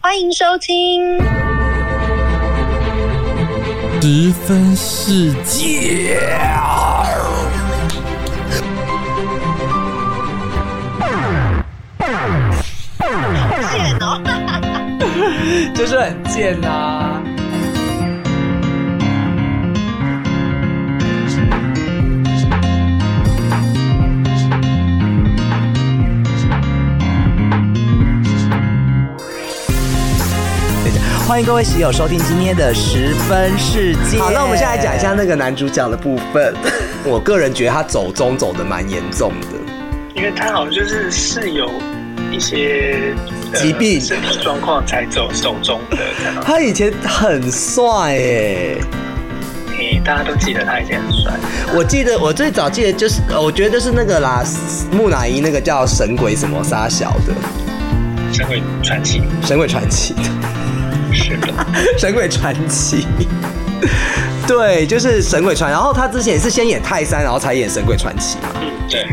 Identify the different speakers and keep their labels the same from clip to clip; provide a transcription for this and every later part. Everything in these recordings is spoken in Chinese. Speaker 1: 欢迎收听。
Speaker 2: 十分世界。
Speaker 1: 贱哦！
Speaker 2: 就是很贱呐、啊。欢迎各位喜友收听今天的十分世界。
Speaker 3: 好，那我们现在讲一下那个男主角的部 分。我个人觉得他走中走的蛮严重的，
Speaker 4: 因为他好像就是是有一些、呃
Speaker 3: 疾病
Speaker 4: 身体状况才走手中的，这样
Speaker 3: 他以前很帅哎，
Speaker 4: 诶大家都记得他以前很帅，
Speaker 3: 我记得我最早记得就是，呃我觉得就是那个啦，木乃伊那个叫神鬼什么沙小的，
Speaker 4: 像会传奇
Speaker 3: 神鬼传奇的，
Speaker 4: 是的，
Speaker 3: 神鬼传奇。 对，就是神鬼传，然后他之前也是先演泰山，然后才演神鬼传奇嘛。
Speaker 4: 嗯，对，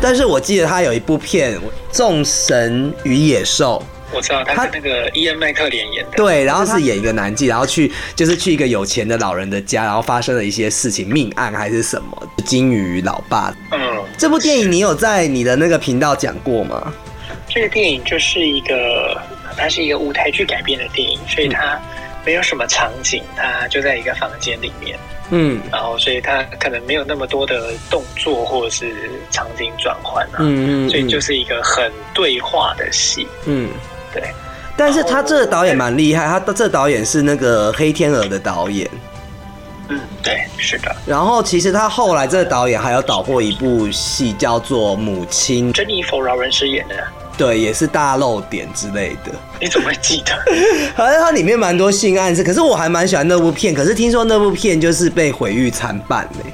Speaker 3: 但是我记得他有一部片《众神与野兽》，
Speaker 4: 我知道他跟那个伊恩麦克连演的，
Speaker 3: 对，然后是演一个男妓，然后去就是去一个有钱的老人的家，然后发生了一些事情，命案还是什么，金鱼老爸。
Speaker 4: 嗯，
Speaker 3: 这部电影你有在你的那个频道讲过吗？
Speaker 4: 这个电影就是一个，呃它是一个舞台剧改编的电影，所以它没有什么场景，它就在一个房间里面，
Speaker 3: 嗯
Speaker 4: 然后所以它可能没有那么多的动作或者是场景转换啊，
Speaker 3: 嗯嗯，
Speaker 4: 所以就是一个很对话的戏，
Speaker 3: 嗯
Speaker 4: 对。
Speaker 3: 但是他这个导演蛮厉害，他这导演是那个《黑天鹅》的导演，
Speaker 4: 嗯，对，是的。
Speaker 3: 然后其实他后来这个导演还有导过一部戏叫做《母亲》，
Speaker 4: 珍妮佛劳伦斯演 的，
Speaker 3: 对，也是大露点之类的。
Speaker 4: 你怎么会记得？
Speaker 3: 好像它里面蛮多性暗示，可是我还蛮喜欢那部片。可是听说那部片就是被毁誉参半嘞。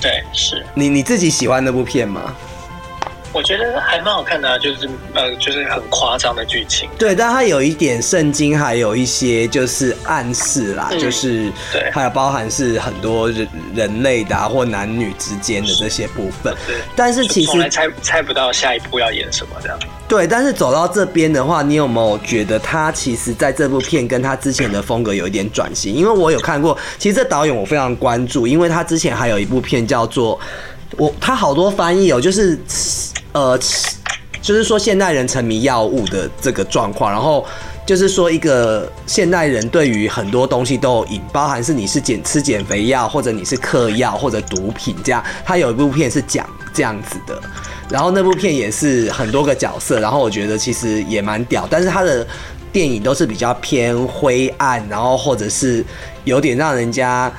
Speaker 4: 对，是，
Speaker 3: 你你自己喜欢那部片吗？
Speaker 4: 我觉得还蛮好看的、啊，就是呃，就是很夸张的剧情，
Speaker 3: 对，但它有一点圣经，还有一些就是暗示啦，
Speaker 4: 嗯
Speaker 3: 就是
Speaker 4: 对
Speaker 3: 还有包含是很多人人类的、啊、或男女之间的这些部分。
Speaker 4: 是
Speaker 3: 但是其
Speaker 4: 从来
Speaker 3: 实
Speaker 4: 猜猜不到下一步要演什么这样。
Speaker 3: 对，但是走到这边的话，你有没有觉得他其实在这部片跟他之前的风格有一点转型？因为我有看过，其实这导演我非常关注，因为他之前还有一部片叫做我，他好多翻译哦，就是呃，就是说现代人沉迷药物的这个状况，然后。就是说，一个现代人对于很多东西都有瘾，包含是你是减吃减肥药，或者你是嗑药，或者毒品这样。他有一部片是讲这样子的，然后那部片也是很多个角色，然后我觉得其实也蛮屌，但是他的电影都是比较偏灰暗，然后或者是有点让人家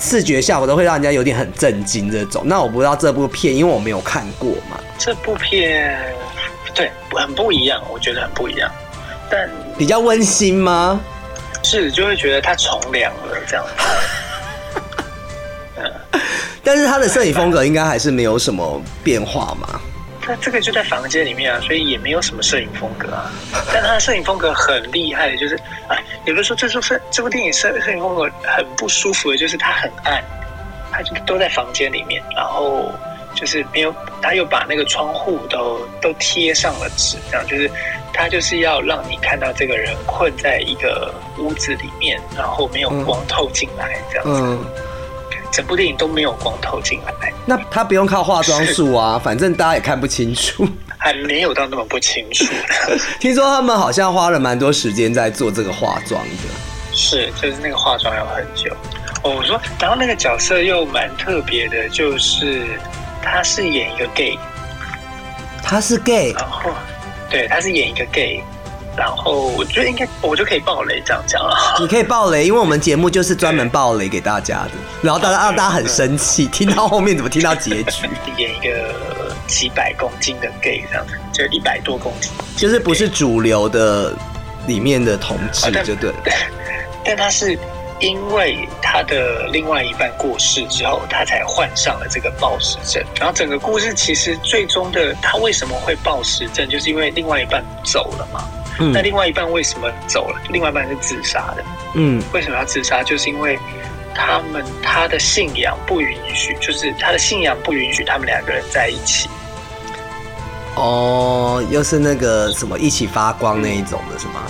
Speaker 3: 视觉效果都会让人家有点很震惊这种。那我不知道这部片，因为我没有看过嘛，
Speaker 4: 这部片对很不一样，我觉得很不一样，但
Speaker 3: 比较温馨吗？
Speaker 4: 是就会觉得他从良了这样。
Speaker 3: 但是他的摄影风格应该还是没有什么变化嘛。
Speaker 4: 那这个就在房间里面啊，所以也没有什么摄影风格啊。但他的摄影风格很厉害，就是哎，也不是说这部摄这部电影摄摄影风格很不舒服的，就是它很暗，它就都在房间里面，然后就是没有，他又把那个窗户都都贴上了纸，这样就是他就是要让你看到这个人困在一个屋子里面，然后没有光透进来，这样子，
Speaker 3: 嗯，
Speaker 4: 整部电影都没有光透进来，
Speaker 3: 那他不用靠化妆术啊，反正大家也看不清楚。
Speaker 4: 还没有到那么不清楚。
Speaker 3: 听说他们好像花了蛮多时间在做这个化妆的。
Speaker 4: 是，就是那个化妆要很久。哦，我说，然后那个角色又蛮特别的，就是他是演一个 gay，
Speaker 3: 他是 gay，
Speaker 4: 然后对，他是演一个 gay，然后我觉得应该我就可以爆雷这样讲了。
Speaker 3: 你可以爆雷，因为我们节目就是专门爆雷给大家的，然后大家让大家很生气，听到后面怎么听到结 局，
Speaker 4: 演一个几百公斤的 gay 这样，就一百多公斤，
Speaker 3: 就是不是主流的里面的同志
Speaker 4: 哦但
Speaker 3: 就啊对了。
Speaker 4: 但他是因为他的另外一半过世之后，他才患上了这个暴食症。然后整个故事其实最终的他为什么会暴食症，就是因为另外一半走了嘛。
Speaker 3: 嗯
Speaker 4: 那另外一半为什么走了？另外一半是自杀的。
Speaker 3: 嗯
Speaker 4: 为什么要自杀？就是因为他们他的信仰不允许，就是他的信仰不允许他们两个人在一起。
Speaker 3: 哦，又是那个什么一起发光那一种的是吗？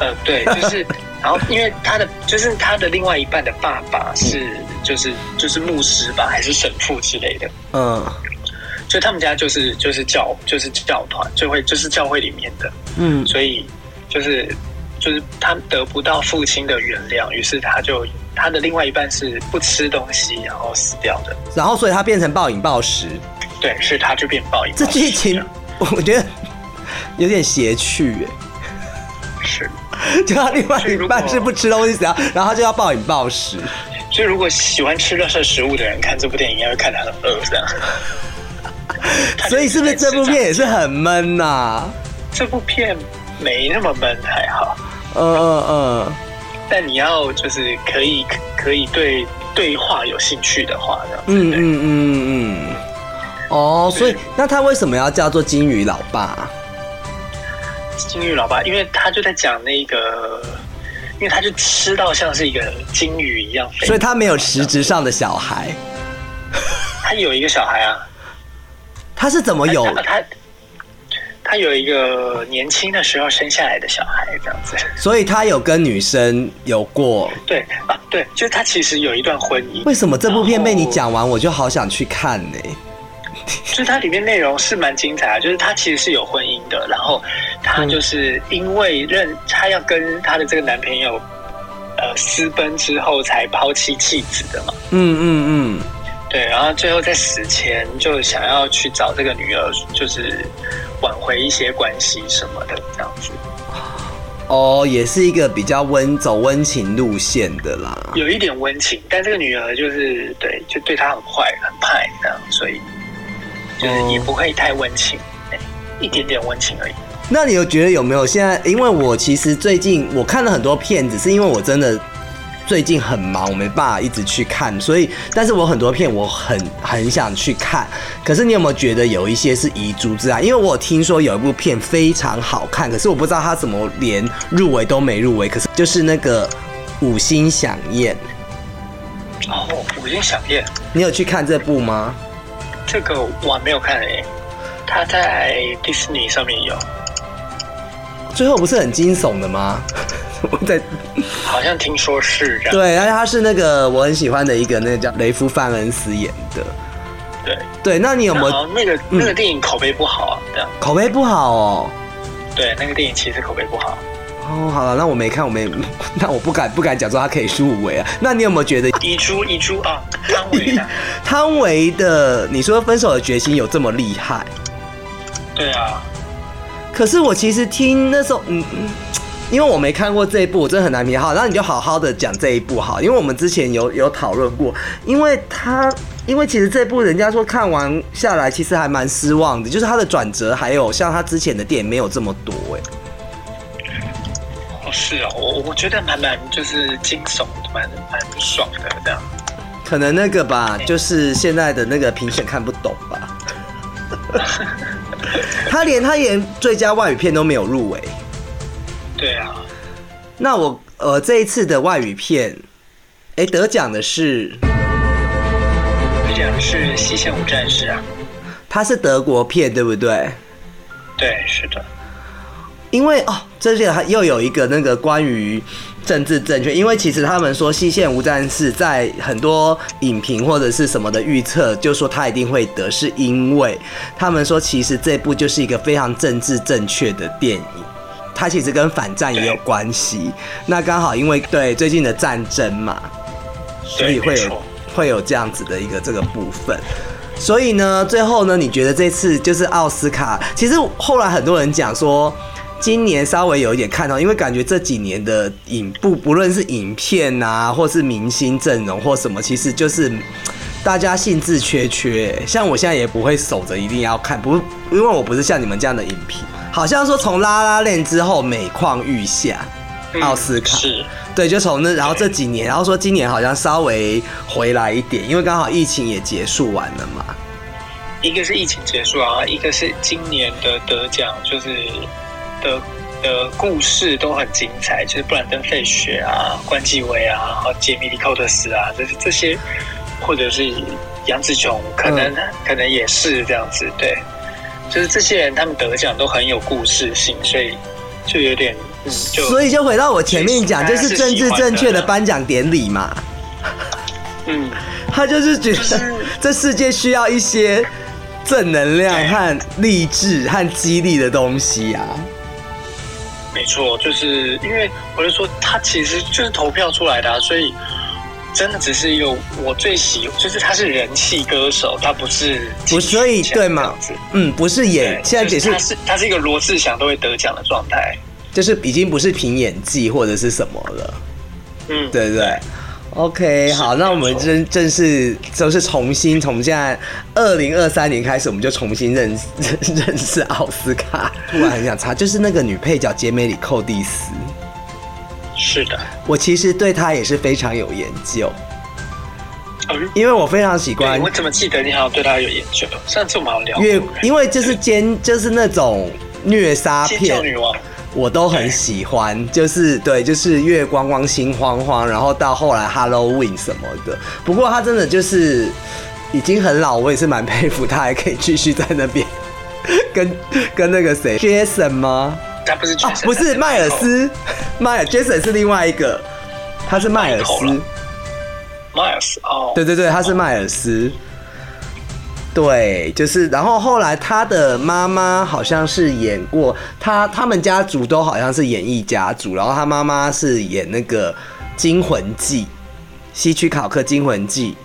Speaker 4: 呃，对，就是，然后因为他的就是他的另外一半的爸爸是就是就是牧师吧，还是神父之类的，
Speaker 3: 嗯
Speaker 4: 所以他们家就是就是教就是教团，就会就是教会里面的，
Speaker 3: 嗯
Speaker 4: 所以就是就是他得不到父亲的原谅，于是他就他的另外一半是不吃东西然后死掉的，
Speaker 3: 然后所以他变成暴饮暴食，
Speaker 4: 对，是他就变暴饮暴
Speaker 3: 这
Speaker 4: 食。
Speaker 3: 剧情我觉得有点邪趣耶。
Speaker 4: 是，
Speaker 3: 就他另外一半是不吃东西死掉，然后他就要暴饮暴食。
Speaker 4: 所以如果喜欢吃热色食物的人看这部电影，应该会看得很饿这 样。
Speaker 3: 所以是不是这部片也是很闷啊呐、
Speaker 4: 这部片没那么闷，还好。
Speaker 3: 嗯嗯
Speaker 4: 但你要就是可以可以对对话有兴趣的话呢，
Speaker 3: 嗯嗯嗯嗯嗯。哦，所以那他为什么要叫做金鱼老爸？
Speaker 4: 金鱼老爸，因为他就在讲那个，因为他就吃到像是一个金鱼一样肥，
Speaker 3: 所以他没有实质上的小孩，
Speaker 4: 他有一个小孩啊，
Speaker 3: 他是怎么
Speaker 4: 他
Speaker 3: 有？
Speaker 4: 他他他有一个年轻的时候生下来的小孩这样子，
Speaker 3: 所以他有跟女生有过？
Speaker 4: 对啊对，就是他其实有一段婚姻，
Speaker 3: 为什么这部片被你
Speaker 4: 然后
Speaker 3: 讲完，我就好想去看呢、
Speaker 4: 就是它里面内容是蛮精彩的，啊就是他其实是有婚姻的，然后
Speaker 3: 嗯
Speaker 4: 他就是因为认他要跟他的这个男朋友呃私奔之后才抛弃妻子的嘛，
Speaker 3: 嗯嗯
Speaker 4: 对，然后最后在死前就想要去找这个女儿，就是挽回一些关系什么的这样子。
Speaker 3: 嗯，哦，也是一个比较温走温情路线的啦。
Speaker 4: 有一点温情，但这个女儿就是对，就对她很坏、很派这样，所以就是也不会太温情，哎一点点温情而已。
Speaker 3: 那你有觉得有没有现在？因为我其实最近我看了很多片子，是因为我真的最近很忙，我没办法一直去看，所以但是我很多片我很很想去看。可是你有没有觉得有一些是遗珠之爱？因为我有听说有一部片非常好看，可是我不知道它怎么连入围都没入围。可是就是那个《五星响宴》，
Speaker 4: 哦，五星响宴。
Speaker 3: 你有去看这部吗？
Speaker 4: 这个我还没有看诶、他在迪士尼上面有，
Speaker 3: 最后不是很惊悚的吗？我在
Speaker 4: 好像听说是这样。
Speaker 3: 对，而且他是那个我很喜欢的一个，那个叫雷夫·范恩斯演的。
Speaker 4: 对，
Speaker 3: 对，那你有没
Speaker 4: 然
Speaker 3: 有
Speaker 4: 后那个那个电影口碑不好啊，这样。
Speaker 3: 口碑不好哦？
Speaker 4: 对，那个电影其实口碑不好。
Speaker 3: 哦，好了，那我没看，我没， 那我不敢不敢讲说他可以输五维啊。那你有没有觉得
Speaker 4: 遗珠遗珠啊，汤唯啊，
Speaker 3: 汤唯的你说分手的决心有这么厉害？
Speaker 4: 对啊，
Speaker 3: 可是我其实听那时候，嗯，嗯因为我没看过这一部，我真的很难评价。好，那你就好好的讲这一部好，因为我们之前有有讨论过，因为他，因为其实这部人家说看完下来，其实还蛮失望的，就是他的转折，还有像他之前的电影没有这么多、哎，
Speaker 4: 哦是哦，我我觉得蛮蛮就是惊悚，蛮蛮不爽的这样。
Speaker 3: 可能那个吧，就是现在的那个评审看不懂吧。他连他连最佳外语片都没有入围，
Speaker 4: 对啊，
Speaker 3: 那我呃这一次的外语片，哎得奖的是
Speaker 4: 而且是西线无战士啊，
Speaker 3: 它是德国片，对不对？
Speaker 4: 对，是的，
Speaker 3: 因为哦，这里还又有一个那个关于政治正确，因为其实他们说《西线无战事》在很多影评或者是什么的预测，就说他一定会得，是因为他们说其实这部就是一个非常政治正确的电影。它其实跟反战也有关系，那刚好因为对最近的战争嘛，所以
Speaker 4: 对，
Speaker 3: 会
Speaker 4: 没
Speaker 3: 有
Speaker 4: 错。
Speaker 3: 会有这样子的一个这个部分。所以呢，最后呢，你觉得这次就是奥斯卡？其实后来很多人讲说，今年稍微有一点看到，因为感觉这几年的影不不论是影片啊，或是明星阵容或什么，其实就是嗯大家兴致缺缺。像我现在也不会守着一定要看，不因为我不是像你们这样的影评，好像说从拉拉链之后每况愈下，
Speaker 4: 嗯
Speaker 3: 奥斯卡、
Speaker 4: 是，
Speaker 3: 对，就从那，然后这几年，然后说今年好像稍微回来一点，因为刚好疫情也结束完了嘛。
Speaker 4: 一个是疫情结束啊，一个是今年的得奖，就是的的故事都很精彩，就是布兰登·费雪啊、关继威啊、然后杰米·里寇特斯啊，就是这些，或者是杨紫琼，可能、
Speaker 3: 嗯
Speaker 4: 可能也是这样子，对，就是这些人他们得奖都很有故事性，所以就有点嗯，就
Speaker 3: 所以就回到我前面讲，
Speaker 4: 就
Speaker 3: 就是是政治正确的颁奖典礼嘛，
Speaker 4: 嗯，
Speaker 3: 他就是觉
Speaker 4: 就是
Speaker 3: 得 这世界需要一些正能量
Speaker 4: 对
Speaker 3: 和励志和激励的东西啊。
Speaker 4: 没错，就是因为我就说他其实就是投票出来的、啊，所以真的只是一个我最喜，就是他是人气歌手，他不是
Speaker 3: 不，所以
Speaker 4: 金曲奖
Speaker 3: 对
Speaker 4: 这
Speaker 3: 嘛
Speaker 4: 样子？
Speaker 3: 嗯，不是
Speaker 4: 对
Speaker 3: 演，，现在只
Speaker 4: 就是是他是他是一个罗志祥都会得奖的状态，
Speaker 3: 就是已经不是凭演技或者是什么了，
Speaker 4: 嗯，
Speaker 3: 对不对？OK，
Speaker 4: 是
Speaker 3: 好，
Speaker 4: 没
Speaker 3: 那我们
Speaker 4: 错
Speaker 3: 真正式就是重新从现在二零二三年开始，我们就重新认识 认识奥斯卡。突然很想查，就是那个女配角杰梅里寇蒂斯，
Speaker 4: 是的，
Speaker 3: 我其实对她也是非常有研究，
Speaker 4: 嗯。
Speaker 3: 因为我非常喜
Speaker 4: 对，
Speaker 3: 欢
Speaker 4: 我怎么记得你好像对他有研究？上次我们好像聊过，
Speaker 3: 越，因
Speaker 4: 为
Speaker 3: 为就是奸就是那种虐杀
Speaker 4: 尖叫
Speaker 3: 片，
Speaker 4: 女王，
Speaker 3: 我都很喜欢，就是对，就是月光光、心慌慌，然后到后来 Halloween 什么的。不过他真的就是已经很老，我也是蛮佩服他还可以继续在那边 跟跟那个谁 Jason 吗？
Speaker 4: 她不是
Speaker 3: 啊
Speaker 4: 全，身
Speaker 3: 不是迈尔，
Speaker 4: 她
Speaker 3: 斯，迈尔 Jason 是另外一个，他是迈尔斯
Speaker 4: Michael 啦，迈尔斯哦，
Speaker 3: 对对对，他是迈尔斯。对，就是，然后后来他的妈妈好像是演过他，他们家族都好像是演艺家族，然后他妈妈是演那个《惊魂记》，希区考克《惊魂记》，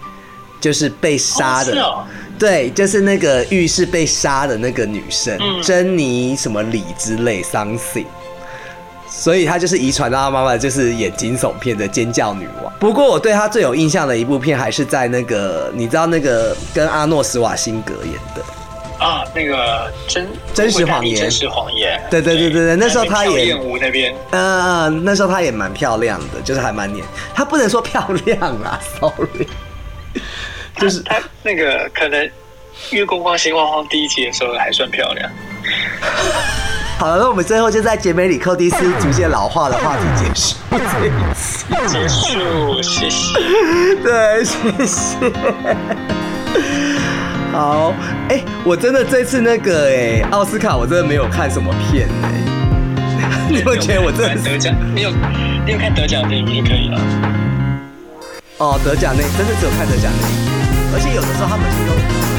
Speaker 3: 就是被杀的，
Speaker 4: 哦是哦
Speaker 3: 对，就是那个浴室被杀的那个女生，珍妮什么里之类 something。所以她就是遗传到她妈妈，就是演惊悚片的尖叫女王。不过我对她最有印象的一部片，还是在那个你知道那个跟阿诺·施瓦辛格演的，
Speaker 4: 啊，那个真
Speaker 3: 真实谎言
Speaker 4: 真实谎言，
Speaker 3: 对对对对对那时候她也
Speaker 4: 跳艳舞那边，
Speaker 3: 呃，那时候她也蛮漂亮的，就是还蛮年，她不能说漂亮啦 ，sorry，就是
Speaker 4: 她那个可能月光光心慌慌第一集的时候还算漂亮，
Speaker 3: 好了，那我们最后就在杰梅里寇蒂斯逐渐老化的话题结束。哦
Speaker 4: 结束，谢谢。
Speaker 3: 对，谢谢。好，哎、我真的这次那个哎、奥斯卡我真的没有看什么片哎、你会觉得我真的
Speaker 4: 你有看
Speaker 3: 是
Speaker 4: 得奖，你有你有看得奖的电影就可以了。
Speaker 3: 哦得奖那真的只有看得奖那一部，而且有的时候他们是用。